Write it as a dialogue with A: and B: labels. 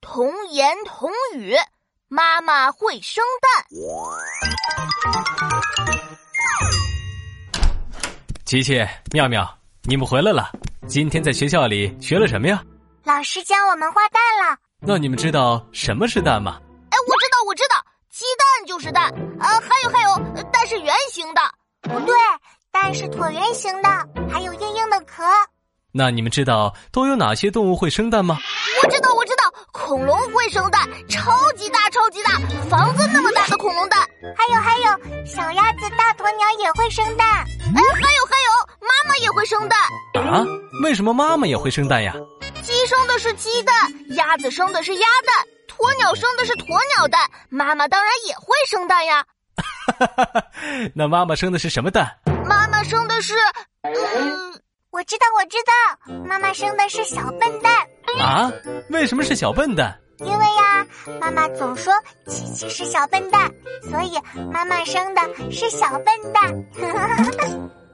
A: 童言童语，妈妈会生蛋。
B: 琪琪、妙妙，你们回来了。今天在学校里学了什么呀？
C: 老师教我们画蛋了。
B: 那你们知道什么是蛋吗？
A: 哎，我知道，我知道，鸡蛋就是蛋。呃，还有还有，蛋是圆形的。
C: 不对，蛋是椭圆形的，还有硬硬的壳。
B: 那你们知道都有哪些动物会生蛋吗？
A: 我知道，我知道，恐龙会生蛋，超级大，超级大，房子那么大的恐龙蛋。
C: 还有还有，小鸭子、大鸵鸟也会生蛋。
A: 哎，还有还有，妈妈也会生蛋。
B: 啊？为什么妈妈也会生蛋呀？
A: 鸡生的是鸡蛋，鸭子生的是鸭蛋，鸵鸟生的是鸵鸟蛋，妈妈当然也会生蛋呀。
B: 那妈妈生的是什么蛋？
A: 妈妈生的是……嗯。
C: 我知道，我知道，妈妈生的是小笨蛋
B: 啊？为什么是小笨蛋？
C: 因为呀、啊，妈妈总说琪琪是小笨蛋，所以妈妈生的是小笨蛋。